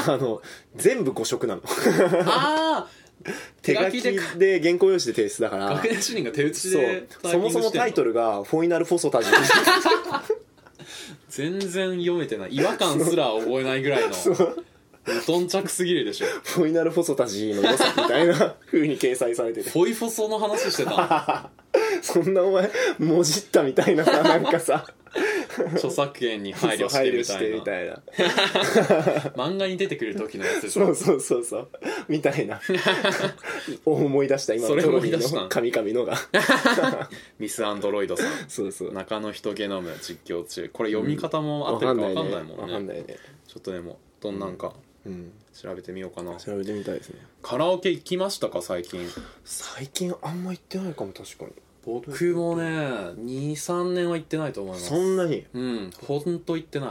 S2: あの全部誤色なの
S1: ああ
S2: 手
S1: 手
S2: 書
S1: 書
S2: き
S1: きで
S2: で
S1: か
S2: 原稿用紙で提出だから
S1: 学年主任が手打ち
S2: そ
S1: で
S2: うそもそもタイト
S1: ル
S2: ルが「フォイナルフォソ
S1: (laughs)
S2: タジー」
S1: 全然読めてない違和感すら覚えないぐら
S2: (laughs)
S1: いのどんちゃくすぎるでしょ
S2: フォイナルフォソタジーの良さみたい
S1: (laughs)
S2: な風に掲載されてて
S1: フォイフォソの話してた
S2: そんなお前もじったみたいなさなんかさ (laughs)
S1: 著作権に配慮し
S2: 配
S1: て
S2: 慮
S1: み
S2: した
S1: い
S2: て
S1: な
S2: みたいな
S1: 漫画に出てくる時のやつでし
S2: そ
S1: ょ
S2: うそうそうそうみた
S1: (laughs)
S2: いな思い出した今
S1: それ
S2: トロ
S1: 思
S2: ニ
S1: い出し
S2: ー
S1: た
S2: の神々
S1: (laughs)
S2: のが
S1: ミス・アンドロイドさん
S2: そうそう
S1: 中の人ゲノム実況中これ読み方も合ってるか分かんないもんね,、
S2: わかんないね
S1: ちょっとでもどんなんか
S2: うん
S1: 調べてみようかな、
S2: 調べてみたいですね
S1: カラオケ行きましたか最近
S2: 最近あんま行ってないかも確かに
S1: 僕もね23年は行ってないと思います
S2: そんなに
S1: うんほんと行ってない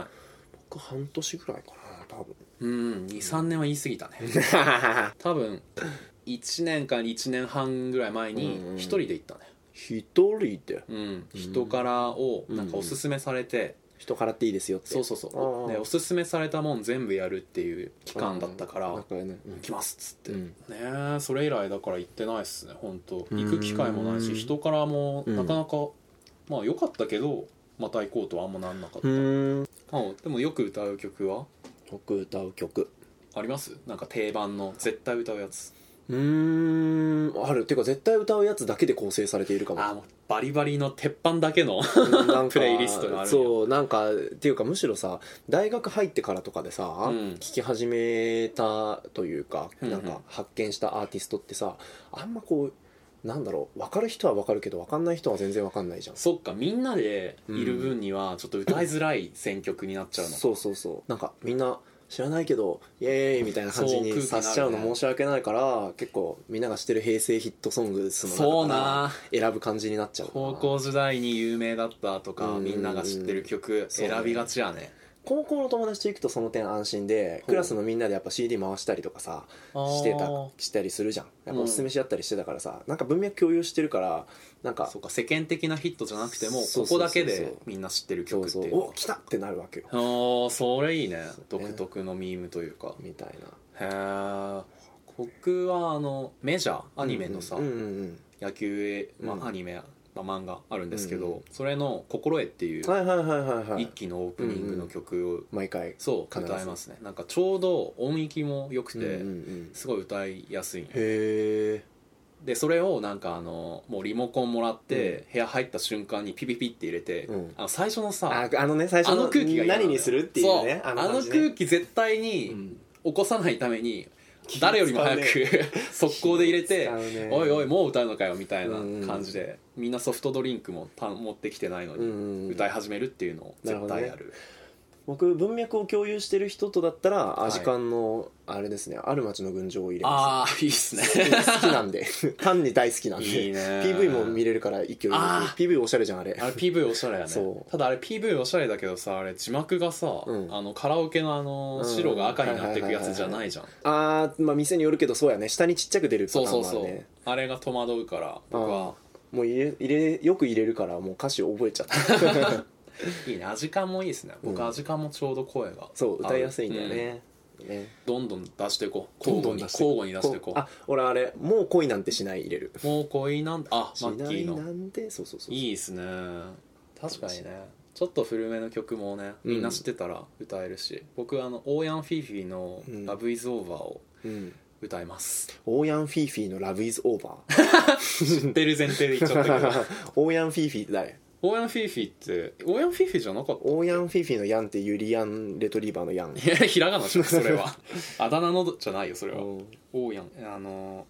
S2: 僕半年ぐらいかな多分
S1: うん23年は言い過ぎ
S2: (laughs)
S1: たね多分1年か1年半ぐらい前に
S2: うんうん
S1: 一人で行ったね
S2: 一人で
S1: うん人からをなんかおすすめされて、
S2: 人払っていいですよって
S1: そうそうそう
S2: ああ
S1: でおすすめされたもん全部やるっていう期間だったから
S2: なんかねうん
S1: 行きますっつって、
S2: うん
S1: ねえそれ以来だから行ってないっすね本当
S2: うん
S1: 行く機会もないし人からも
S2: うん
S1: なかなか、まあ良かったけどまた行こうとはあんまなんなかった、
S2: うーん
S1: あでもよく歌う曲は
S2: 僕歌う曲
S1: ありますなんか定番の絶対歌うやつ
S2: うーんあるてか絶対歌うやつだけで構成されているかも
S1: あーもうバリバリの鉄板だけ (laughs) の
S2: なんか
S1: プレイリストがあるんや
S2: そうなんかっていうかむしろさ大学入ってからとかでさ、
S1: ん
S2: 聞き始めたというか
S1: うんうん
S2: なんか発見したアーティストってさあんまこうなんだろう分かる人は分かるけど分かんない人は全然分かんないじゃん
S1: そっかみんなでいる分にはちょっと歌いづらい選曲になっちゃうの
S2: そうそうそうなんかみんな知らないけどイエーイみたいな感じに
S1: そう空気になるね
S2: 察しちゃうの申し訳ないから結構みんなが知ってる平成ヒットソングス
S1: そ
S2: の
S1: う
S2: 中から
S1: な
S2: 選ぶ感じになっちゃうな
S1: 高校時代に有名だったとか
S2: うん
S1: みんなが知ってる曲
S2: そうね
S1: 選びがちやね
S2: 高校の友達と行くとその点安心で
S1: ほう
S2: クラスのみんなでやっぱ CD 回したりとかさしてた
S1: あー
S2: したりするじゃんやっぱ
S1: うん
S2: おすすめし合ったりしてたからさ、なんか文脈共有してるからなんか
S1: そうか世間的なヒットじゃなくても
S2: そ
S1: こ
S2: う
S1: こ
S2: そうそうそう
S1: だけでみんな知ってる曲
S2: そう
S1: って
S2: そう
S1: いうの
S2: お来たってなるわけよ
S1: あーそれいいね
S2: そうね
S1: 独特のミームというか
S2: みたいな
S1: へえ僕はあのメジャーアニメのさ、
S2: うんうんうん
S1: 野球、ま
S2: うん
S1: あ、アニメ、まあ、漫画あるんですけど、
S2: うん
S1: それの「心得」っていう
S2: はいはいはいはいは
S1: 一
S2: い
S1: 期のオープニングの曲を、
S2: 毎回
S1: そう
S2: 必ず
S1: 歌いますねなんかちょうど音域も良くて、
S2: うんうんうん、
S1: すごい歌いやすいんよ
S2: へえ
S1: でそれをなんかあのもうリモコンもらって、部屋入った瞬間にピピピって入れて、
S2: うん
S1: あの最初のさ
S2: ああのね最初
S1: あ
S2: の
S1: の空気が嫌なんだよ
S2: 何にするっていうね
S1: そうあの
S2: 感じね
S1: 空気絶対
S2: う
S1: に
S2: ん
S1: 起こさないために誰よりも (laughs) 早
S2: 気使う
S1: く速攻で入れて
S2: 使うね
S1: 「おいおいもう歌うのかよ」みたいな
S2: うんうん
S1: 感じでみんなソフトドリンクもた持ってきてないの
S2: うん
S1: に
S2: うんうん
S1: 歌い始めるっていうのを絶対やる
S2: 僕文脈を共有してる人とだったら
S1: い
S2: アジカンのあれですねある町の群青を入れます
S1: ああいいっすね
S2: 好きな
S1: (laughs)
S2: んで単に大好きなんで
S1: いいね
S2: PV も見れるから一挙
S1: あ
S2: に PV おしゃれじゃんあれ
S1: あれ PV おしゃれやね
S2: そう
S1: ただあれ PV おしゃれだけどさあれ字幕がさ、
S2: うん
S1: あのカラオケのあの
S2: うん
S1: 白が赤になっていくやつじゃないじゃん
S2: あーまあ店によるけどそうやね下にちっちゃく出るパ
S1: そう
S2: ター
S1: そ
S2: ン
S1: うそ
S2: もある
S1: う、
S2: ね
S1: あれが戸惑うから
S2: あー
S1: 僕は
S2: もう入れ入れよく入れるからもう歌詞覚えちゃった
S1: (laughs) いいね味感もいいですね僕
S2: うん
S1: 味感もちょうど声が
S2: そう歌いやすいんだよ
S1: ある
S2: ね,、ね
S1: うんどんどん出していこう交互に交互に出していこう
S2: あ俺あれもう恋なんてしない入れる
S1: もう恋なんてあ
S2: し
S1: マッ
S2: な
S1: キー
S2: いな
S1: の
S2: んてそうそうそうい
S1: いいですね確かにねちょっと古めの曲もねみんな知ってたら歌えるし、僕あのオーヤン・フィーフィーの
S2: うん
S1: 「ラブ・イズ・オーバー」を
S2: うん
S1: 歌います、
S2: オーヤンフィーフィーの「ラブイズオーバ
S1: 知ってる前提で言っちゃったけど
S2: ー (laughs) オーヤンフィーフィーって誰
S1: (laughs) オーヤンフィーフィーってオーヤンフィーフィーじゃなかっ
S2: オーヤンフィーフィーのヤンってユリアンレトリーバーのヤン
S1: たいやひらがなじゃんそれ (laughs) はあだ名のじゃないよそれは
S2: うん
S1: オーヤンあの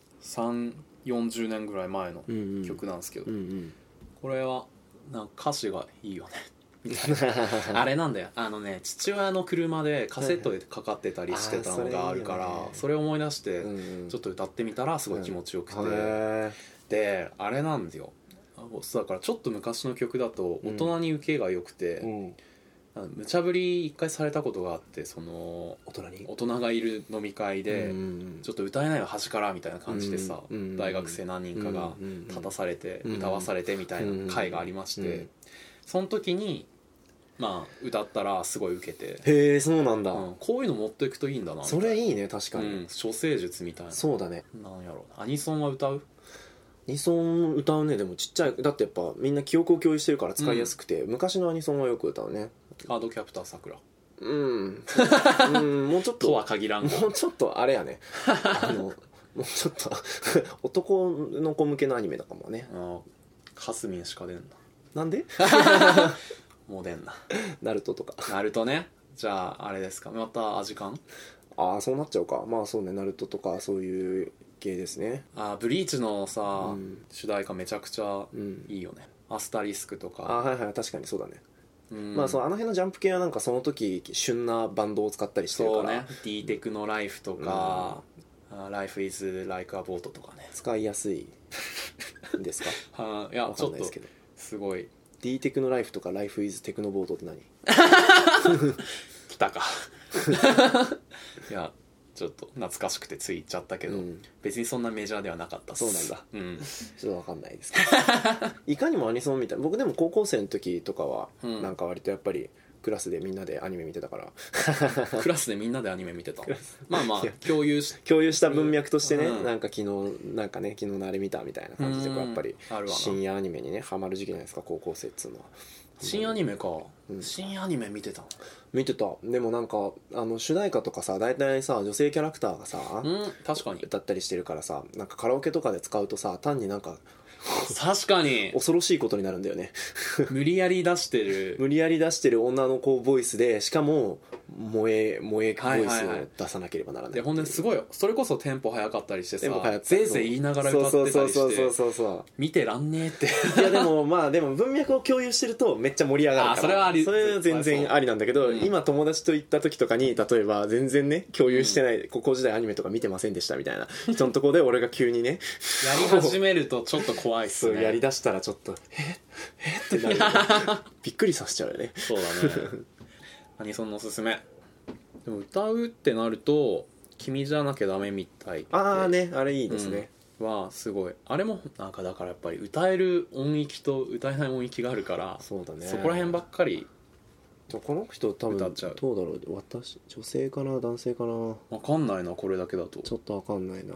S1: 340年ぐらい前の
S2: うん
S1: 曲なんですけど、
S2: うんうん
S1: これはなんか歌詞がいいよね (laughs) あれなんだよあのね父親の車でカセットでかかってたりしてたのがあるから、
S2: はいはいあー
S1: それを思い出して、
S2: うん
S1: ちょっと歌ってみたらすごい気持ちよくて、
S2: へ
S1: であれなんですよあそうだからちょっと昔の曲だと大人に受けが良くて、
S2: ーうん
S1: あの無茶ぶり一回されたことがあってその
S2: 大人に
S1: 大人がいる飲み会で、ちょっと歌えないよ端からみたいな感じでさ、
S2: うん
S1: 大学生何人かが立たされて、
S2: うん
S1: 歌わされてみたいな会がありまして、
S2: うん
S1: その時にまあ歌ったらすごい受けて、
S2: へえそうなんだ、
S1: うんこういうの持っていくといいんだなみたい
S2: そ
S1: な
S2: れいいね確かに、
S1: うん、処世術みたいな
S2: そうだね
S1: なんやろうなアニソンは歌う
S2: アニソン歌うねでもちっちゃいだってやっぱみんな記憶を共有してるから使いやすくて、昔のアニソンはよく歌うね
S1: カードキャプターさくら
S2: うん
S1: (laughs)
S2: うんもうちょっ
S1: と
S2: と
S1: は限らんが
S2: もうちょっとあれやねあ
S1: (laughs)
S2: のもうちょっと (laughs) 男の子向けのアニメだかもね
S1: あーカスミンしか出んな
S2: な
S1: (laughs)
S2: んで
S1: もう出んな
S2: ナルトとか
S1: なるとねじゃああれですかまた味感
S2: ああそうなっちゃうかまあそうねナルトとかそういう系ですね
S1: あーブリーチのさ、
S2: ん
S1: 主題歌めちゃくちゃ
S2: うん
S1: いいよね、アスタリスクと
S2: あ
S1: か
S2: あはいはい確かにそうだね
S1: うん
S2: まあそうあの辺のジャンプ系はなんかその時旬なバンドを使ったりしてる
S1: そ
S2: か
S1: う
S2: ら、
S1: ね D テクの「ライフとか「あー Life is like a boat」とかね
S2: 使いやすいんですか
S1: (laughs) あーいや
S2: わ
S1: ち
S2: か
S1: ょ
S2: ん
S1: っ
S2: ないで
S1: と
S2: すけど
S1: すごい
S2: D テクノライフとかライフイズテクノボードって何
S1: 来た
S2: (laughs)
S1: かいやちょっと懐かしくてつい言っちゃったけど、
S2: うん
S1: 別にそんなメジャーではなかったっす
S2: そうなんだ
S1: うん
S2: ちょっとわかんない (laughs) ですけどいかにもアニソンみたいな僕でも高校生の時とかは
S1: うん
S2: なんか割とやっぱりクラスでみんなでアニメ見て
S1: (laughs)
S2: たから (laughs)
S1: クラスでみんなでアニメ見てたまあまあ共有し
S2: 共有した文脈としてね、
S1: うん
S2: なんか昨日なんかね昨日のあれ見たみたいな感じでこうやっぱり
S1: うんあるわな
S2: 深夜アニメにねハマる時期じゃないですか高校生っつうのは
S1: 新アニメか、
S2: うん
S1: 新アニメ見てたの
S2: 見てたでもなんかあの主題歌とかさ大体さ女性キャラクターがさ、
S1: うん確
S2: (laughs)
S1: かに
S2: 歌ったりしてるからさなんかカラオケとかで使うとさ単になんか
S1: 確かに
S2: 恐ろしいことになるんだよね (laughs)
S1: 無理やり出してる
S2: 無理やり出してる女の子ボイスでしかも萌え萌えボ
S1: はい
S2: イ
S1: は
S2: ス
S1: いはい
S2: を出さなければならない
S1: でほんですごいよそれこそテンポ早かったりしてさ
S2: でも流行った
S1: ぜいぜい言いながら歌ってたり
S2: そ
S1: し
S2: うそう
S1: て
S2: そうそうそう
S1: 見てらんねえって
S2: そういやでもまあでも文脈を共有してるとめっちゃ盛り上がるから
S1: あそれはあり
S2: それは全然ありなんだけど、
S1: うん
S2: 今友達と行った時とかに例えば全然ね共有してない、高校時代アニメとか見てませんでしたみたいな人のところで俺が急にね
S1: やり始めるとちょっと怖いっす
S2: そう
S1: ね
S2: やりだしたらちょっと「えっ?」ってな
S1: (laughs)
S2: るよねびっくりさせちゃうよね
S1: そうだねアニソンのおすすめでも歌うってなると「君じゃなきゃダメみたい」
S2: ああねあれいいですね、
S1: はすごいあれもなんかだからやっぱり歌える音域と歌えない音域があるから
S2: そうだね
S1: そこら辺ばっかり、
S2: この人多分
S1: 歌
S2: ど
S1: っ
S2: う
S1: ちゃう
S2: だろう私女性かな男性かな
S1: わかんないなこれだけだと
S2: ちょっとわかんないな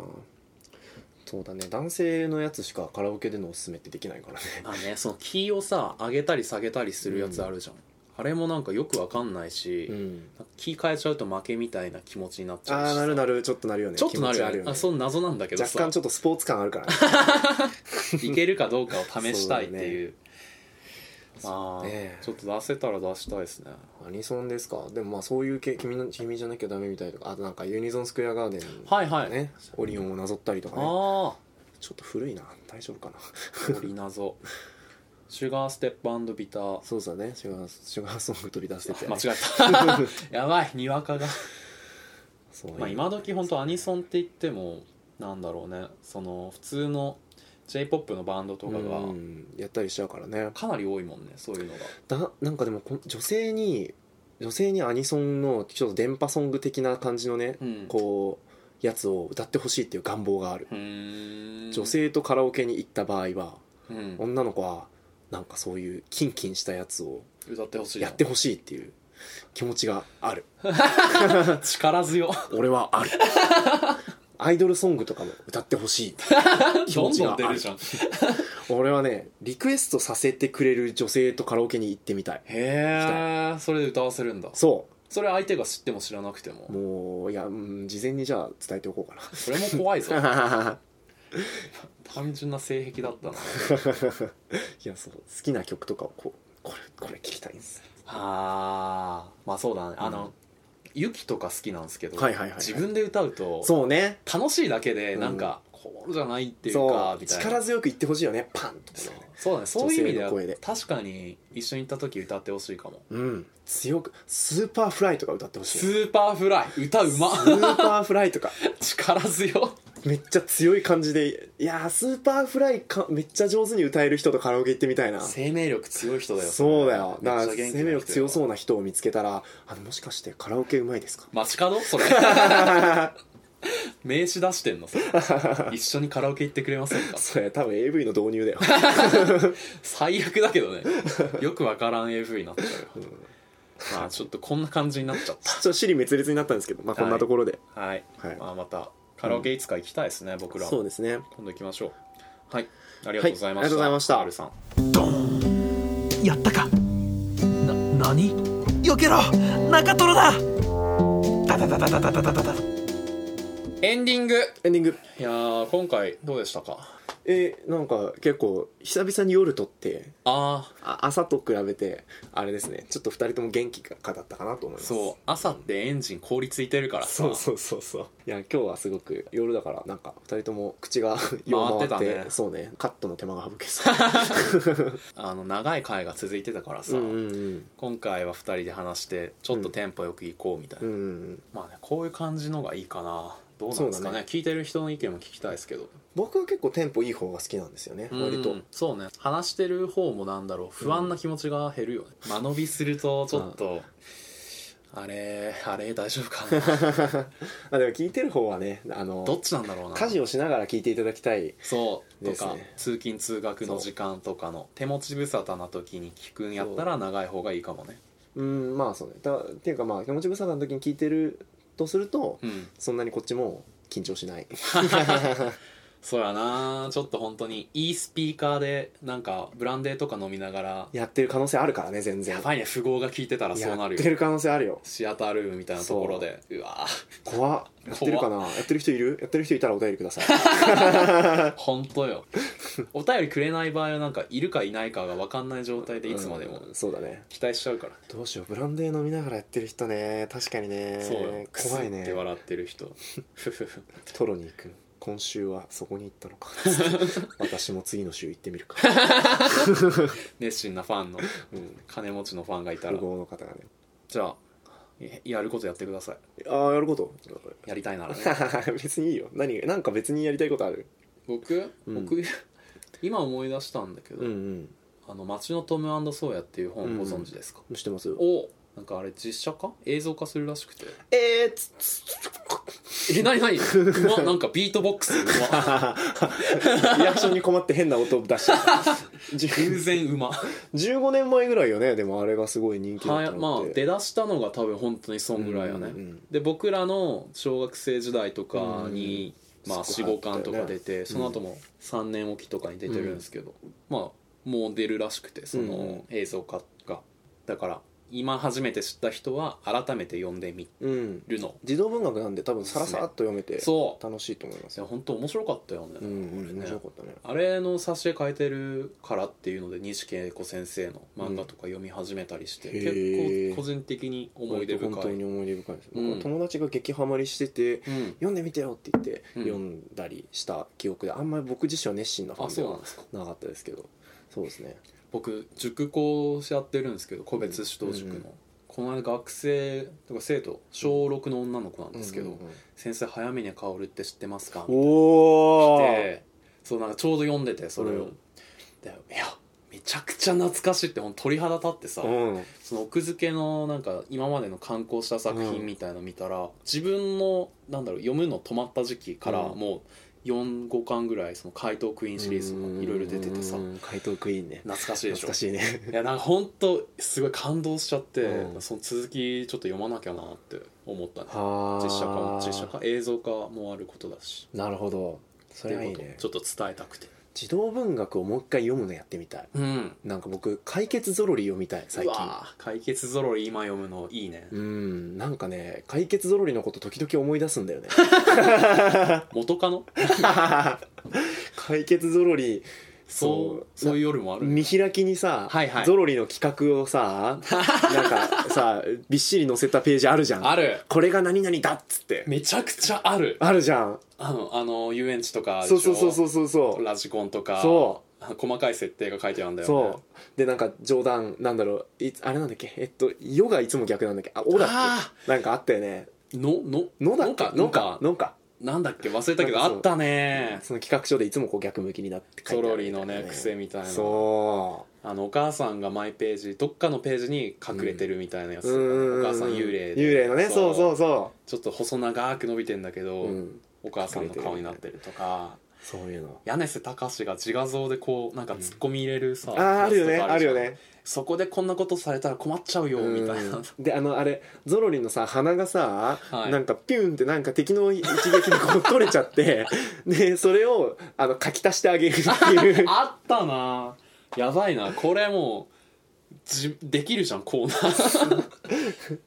S2: そうだね男性のやつしかカラオケでのおすすめってできないからね
S1: あねそのキーをさ上げたり下げたりするやつあるじゃん、あれもなんかよくわかんないし、
S2: うん
S1: キー変えちゃうと負けみたいな気持ちになっち
S2: あ
S1: ゃうし
S2: あ
S1: さ
S2: なるなるちょっとなるよね
S1: ちょっとなるよね
S2: 気持ちあ
S1: あそう謎なんだけど
S2: 若
S1: さ
S2: 干ちょっとスポーツ感あるからね
S1: いけるかどうかを試したいっていうまあ
S2: そうね
S1: ちょっと出せたら出したいですね
S2: アニソンですかでもまあそういう系君の君じゃなきゃダメみたいとかあとなんかユニゾンスクエアガーデンね、
S1: はいはい、
S2: オリオンをなぞったりとかね
S1: ああ
S2: ちょっと古いな大丈夫かな
S1: 鳥謎シュガーステップビター
S2: そうだねシュガーシュガーソング飛び出
S1: (laughs)
S2: してて、
S1: 間違えたやばいにわかが
S2: そう
S1: まあ今時本当アニソンって言ってもなんだろうねその普通の j p o p のバンドとかが
S2: うんやったりしちゃうからね
S1: かなり多いもんねそういうのが
S2: だなんかでもこ女性に女性にアニソンのちょっと電波ソング的な感じのね、
S1: うん
S2: こうやつを歌ってほしいっていう願望がある、
S1: うーん
S2: 女性とカラオケに行った場合は
S1: うん
S2: 女の子はなんかそういうキンキンしたやつを
S1: 歌ってほしいな
S2: やってほしいっていう気持ちがある
S1: 力強
S2: 俺はあるアイドルソングとかも歌ってほ (laughs) しい (laughs) 気
S1: ど
S2: 持
S1: ん
S2: ちが
S1: ど
S2: あ
S1: ん出る
S2: る
S1: じゃんへ
S2: 俺はねリクエストさせてくれる女性とカラオケに行ってみたい
S1: えそれで歌わせるんだ
S2: そ
S1: それ相手が知っても知らなくても
S2: うもういや、うん、事前にじゃあ伝えておこうかな
S1: それも怖いぞ
S2: (laughs)
S1: 単純な性癖だったな
S2: いやそう好きな曲とかをこうこれこれ聞きたいんです
S1: あーまあそうだねあの、ユキとか好きなんですけど、
S2: はいはいはいはい
S1: 自分で歌うと
S2: そうね
S1: 楽しいだけでなんか、こうじゃないっていう
S2: そ
S1: か
S2: う
S1: みたいな
S2: 力強く言ってほしいよねパンと
S1: そう
S2: ね
S1: そうだねそういう意味で
S2: 女性の声で
S1: は確かに一緒に行った時歌ってほしいかも
S2: うん強くスーパーフライとか歌ってほしい
S1: スーパーフライ歌うま
S2: スーパーフライとか
S1: 力強
S2: めっちゃ強い感じでいやースーパーフライかめっちゃ上手に歌える人とカラオケ行ってみたいな
S1: 生命力強い人だよ
S2: そうだよだから
S1: めっちゃ元気な人
S2: 生命力強そうな人を見つけたらあのもしかしてカラオケうまいですか
S1: 街角それ (laughs) 名刺出してんのそれ一緒にカラオケ行ってくれませんか
S2: それ多分 AV の導入 (laughs) だよ
S1: 最悪だけどねよくわからん AV になっちゃうよ、まあちょっとこんな感じになっちゃっ
S2: ちょっと尻滅裂になったんですけど、まあ、こんなところで、
S1: たはい、
S2: はい
S1: まあ、またカラオケいつか行きたいですね、僕らも
S2: そうですね
S1: 今度行きましょうはいありがとうございました、
S2: はいありがとうございました
S1: カールさん
S3: やったかな何避けろ中トロだダダダダダダダダダ
S1: エンディング
S2: エンディング
S1: いやー今回どうでしたか
S2: えーなんか結構久々に夜撮って
S1: ああ
S2: あ朝と比べてあれですねちょっと2人とも元気がかかったかなと思います
S1: そう朝ってエンジン凍りついてるからさ
S2: そうそうそうそういや今日はすごく夜だからなんか2人とも口がよ
S1: 回って
S2: う
S1: たね
S2: そうねカットの手間が省
S1: (laughs)
S2: けそう
S1: あの長い回が続いてたからさ、
S2: うんうんうん
S1: 今回は2人で話してちょっとテンポよく行こうみたいな、
S2: うんうん
S1: まあねこういう感じのがいいかなどうなんですか
S2: そう
S1: ね
S2: だね
S1: 聞いてる人の意見も聞きたいですけど
S2: 僕は結構テンポいい方が好きなんですよね割と (laughs)
S1: うんそうね話してる方もなんだろう不安な気持ちが減るよね、間延びするとちょっと、あれあれ大丈夫か
S2: (laughs)
S1: な
S2: あでも聞いてる方はねあ
S1: どっ
S2: の
S1: ちなんだろうな
S2: 家事をしながら聞いていただきたい
S1: そうと
S2: です
S1: か、
S2: ね
S1: 通勤通学の時間とかの手持ち無沙汰な時に聞くんやったら長い方がいいかもね
S2: うんまあそうねだっていうかまあ気持ちぶさかの時に聞いてるとすると
S1: うん
S2: そんなにこっちも緊張しない
S1: そうやなちょっと本当にいいスピーカーでなんかブランデーとか飲みながら
S2: やってる可能性あるからね全然
S1: やばいね富豪が聞いてたらそうなる
S2: やって
S1: よ
S2: る可能性あるよ
S1: シアタールームみたいなところでうわ
S2: 怖っやってるかなやってる人いるやってる人いたらお便りください
S1: ー本当よ (laughs) お便りくれない場合はなんかいるかいないかが分かんない状態で (laughs) いつまでも
S2: うんそうだね
S1: 期待しちゃうから、
S2: どうしようブランデー飲みながらやってる人ね確かにね
S1: そうよ
S2: 怖い
S1: クスっ
S2: ね
S1: て笑ってる人 (laughs) ふふふ
S2: トロに行く今週はそこに行っ
S1: (laughs)
S2: たのか私も次の週行ってみるか、
S1: 熱心なファンの
S2: うん、
S1: 金持ちのファンがいた
S2: 富
S1: ら
S2: 豪の方がね
S1: じゃあえやることやってください
S2: ああや
S1: (laughs)
S2: ること
S1: やりたいならね
S2: 別にいいよ何なんか別にやりたいことある
S1: (laughs) 僕、
S2: うん
S1: 僕 (laughs) 今思い出したんだけど、
S2: うん
S1: あの「街のトムソーヤ」っていう
S2: う
S1: 本
S2: ん
S1: ご存知ですか、
S2: うんしてます
S1: をなんかあれ実写化映像化するらし (laughs) くて
S2: えー、つつ
S1: え何何うわなんかビートボックスうわ
S2: リアクションに困って変な音出し
S1: (laughs)
S2: ちゃったじゅ
S1: 偶然馬は
S2: 15年前ぐらいよねでもあれがすごい人気 (laughs) だった
S1: いま
S2: の
S1: あ
S2: って
S1: 出だしたのが多分本当にそんぐらいよね、
S2: うんうんうん
S1: で僕らの小学生時代とかに、
S2: うん
S1: まあ、
S2: すご
S1: 45
S2: かった
S1: 巻
S2: よね
S1: とか出て、その後も3年おきとかに出てるんですけど、まあもう出るらしくてその映像化が、だから今初めて知った人は改めて読んでみ
S2: うん
S1: るの
S2: 児童文学なんで多分さらさらっと読めて
S1: そう
S2: 楽しいと思いま
S1: い
S2: す
S1: や
S2: よ
S1: 本当面白かったよね、
S2: うん
S1: これ
S2: 面
S1: ね
S2: 白かったね
S1: あれの挿絵描いてるからっていうので錦絵子先生の漫画とか読み始めたりして、
S2: うんへ
S1: 結
S2: ー
S1: 構個人的に思い出深
S2: 本当
S1: い、
S2: に思い出深いです、
S1: うん
S2: 僕は友達が激ハマりしてて
S1: うん、
S2: 読んでみてよって言って
S1: うん
S2: 読んだりした記憶であんまり僕自身は熱心なファ
S1: あ
S2: ンで
S1: そうな
S2: は
S1: んですか
S2: なかったですけどそうですね
S1: 僕塾講師やってるんですけど個別指導塾の、
S2: うん
S1: この間学生とか生徒小6の女の子なんですけど「
S2: うんうんうん
S1: 先生早峰薫って知ってますか?」
S2: おー
S1: でそうなんかちょうど読んでてそれを、
S2: うん
S1: でいやめちゃくちゃ懐かしいってほんと鳥肌立ってさ、
S2: うん
S1: その奥付けのなんか今までの刊行した作品みたいの見たら、自分のなんだろう読むの止まった時期から
S2: うん
S1: もう45巻ぐらいその怪盗クイーンシリーズとかいろいろ出ててさ
S2: うん怪盗クイーンね
S1: 懐かしいでしょ
S2: 懐かしいね
S1: いやなんか本当すごい感動しちゃって、
S2: うん
S1: その続きちょっと読まなきゃなって思ったね
S2: はー
S1: 実写化も実写化映像化もあることだし
S2: なるほどそれはいい
S1: っていう
S2: ね
S1: ことをちょっと伝えたくて
S2: 児童文学をもう一回読むのやってみたい
S1: うん
S2: なんか僕解決ぞろり読みたい最
S1: 最
S2: 近
S1: 近解決ぞろり今読むのいいね
S2: うんなんかね解決ぞろりのこと時々思い出す
S1: (laughs)
S2: んだよね
S1: 元カノ
S2: 解決ぞろり
S1: そうそういう夜もある
S2: 見開きにさ、
S1: はいはい
S2: ゾロリの企画を
S1: (laughs)
S2: さなんかさびっしり載せたページあるじゃん
S1: ある
S2: これが何々だっつって
S1: めちゃくちゃある
S2: あるじゃん
S1: あのあの遊園地とかでし
S2: そ
S1: ょ
S2: うそうそうそうそうそう
S1: ラジコンとか
S2: そう
S1: 細かい設定が書いてあるんだよね
S2: そうでなんか冗談なんだろういつあれなんだっけえっと「よ」がいつも逆なんだっけあ「お」だっ
S1: あ
S2: けなんかあったよね
S1: のの
S2: 「の」だっけ
S1: か
S2: の
S1: の
S2: か
S1: か
S2: のか
S1: なんだっけ忘れたけど
S2: な
S1: あ
S2: んかそう
S1: ったね
S2: その企画書でいつもこう逆向きになって書
S1: ゾ
S2: いてあ
S1: ロ
S2: る
S1: リ
S2: み
S1: の
S2: たいな
S1: ね癖みたいな
S2: そ
S1: あのお母さんがマイページどっかのページに隠れてるみたいなやつ、
S2: ううん
S1: お母さん幽霊で
S2: 幽霊のねそうそううそ
S1: ちょっと細長く伸びてんだけど、
S2: ううん
S1: お母さんの顔になってるとか
S2: そういうの
S1: 柳瀬隆が自画像でこうなんか突っ込み入れるさ、
S2: あーあるよね
S1: やつとか
S2: ある
S1: じゃん
S2: よね
S1: そこでこんなことされたら困っちゃうよみたいな
S2: うんであのあれゾロリのさ鼻がさ、
S1: はい
S2: なんかピュンってなんか敵の一撃にこう取れちゃって (laughs) でそれをあの書き足してあげるって (laughs) いう
S1: (laughs) あったなやばいなこれもうじできるじゃんコーナー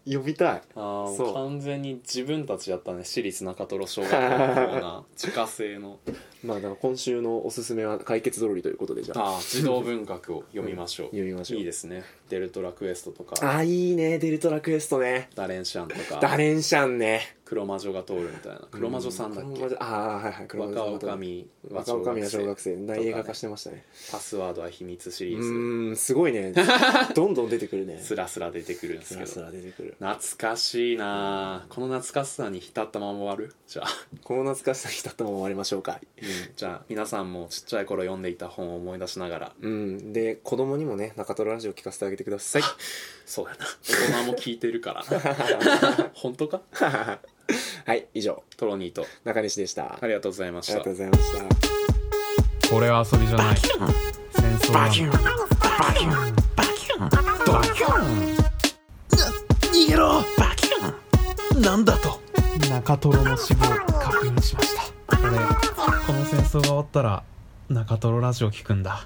S2: 呼びたい
S1: あー
S2: そう
S1: 完全に自分たちやったね私立中トロ小学校のコーナ
S2: (laughs)
S1: ー自家製の
S2: まあだから今週のおすすめは解決ゾロリということでじゃあ
S1: ああ児童文学を読みましょう、
S2: 読みましょう
S1: いいですねデルトラクエストとか
S2: あいいねデルトラクエストね
S1: ダレンシアンと
S2: ダ
S1: か
S2: レンシャンね
S1: 黒魔女が通るみたいな黒魔女さんだっ
S2: 黒
S1: け
S2: 魔女ああはいはい黒魔
S1: 若
S2: 女
S1: 女将は
S2: さん若
S1: 小
S2: 女将
S1: 学
S2: は小学
S1: 生
S2: 生大映画化してましたね
S1: パスワードは秘密シリ
S2: う
S1: ー
S2: ーんすごい (laughs) ねどんどん出てくるね
S1: ズ
S2: ス
S1: スラスラ出てくるんですけ
S2: ラ
S1: ど
S2: スラ出てくる
S1: 懐かしいなあこの懐かしさに浸ったまま終わるじゃあ、
S2: この懐かしさに浸ったまま終わりましょうか
S1: じゃあ皆さんもちっちゃい頃読んでいた本を思い出しながら
S2: うん、で子供にもね中トロラジオ聞かせてあげてくだ (laughs) さい
S1: そうやな大人も聞いてるから (laughs) な本当か
S2: はい以上
S1: トロニーと
S2: 中西でしたあ
S1: ありがとうございまし
S2: りが
S1: た
S2: とうございました
S1: これは遊びじゃない戦争
S3: Vacuum. Vacuum. Vacuum. Vacuum. なんだと
S1: 中トロの死亡確認しました俺この戦争が終わったら中トロラジオ聞くんだ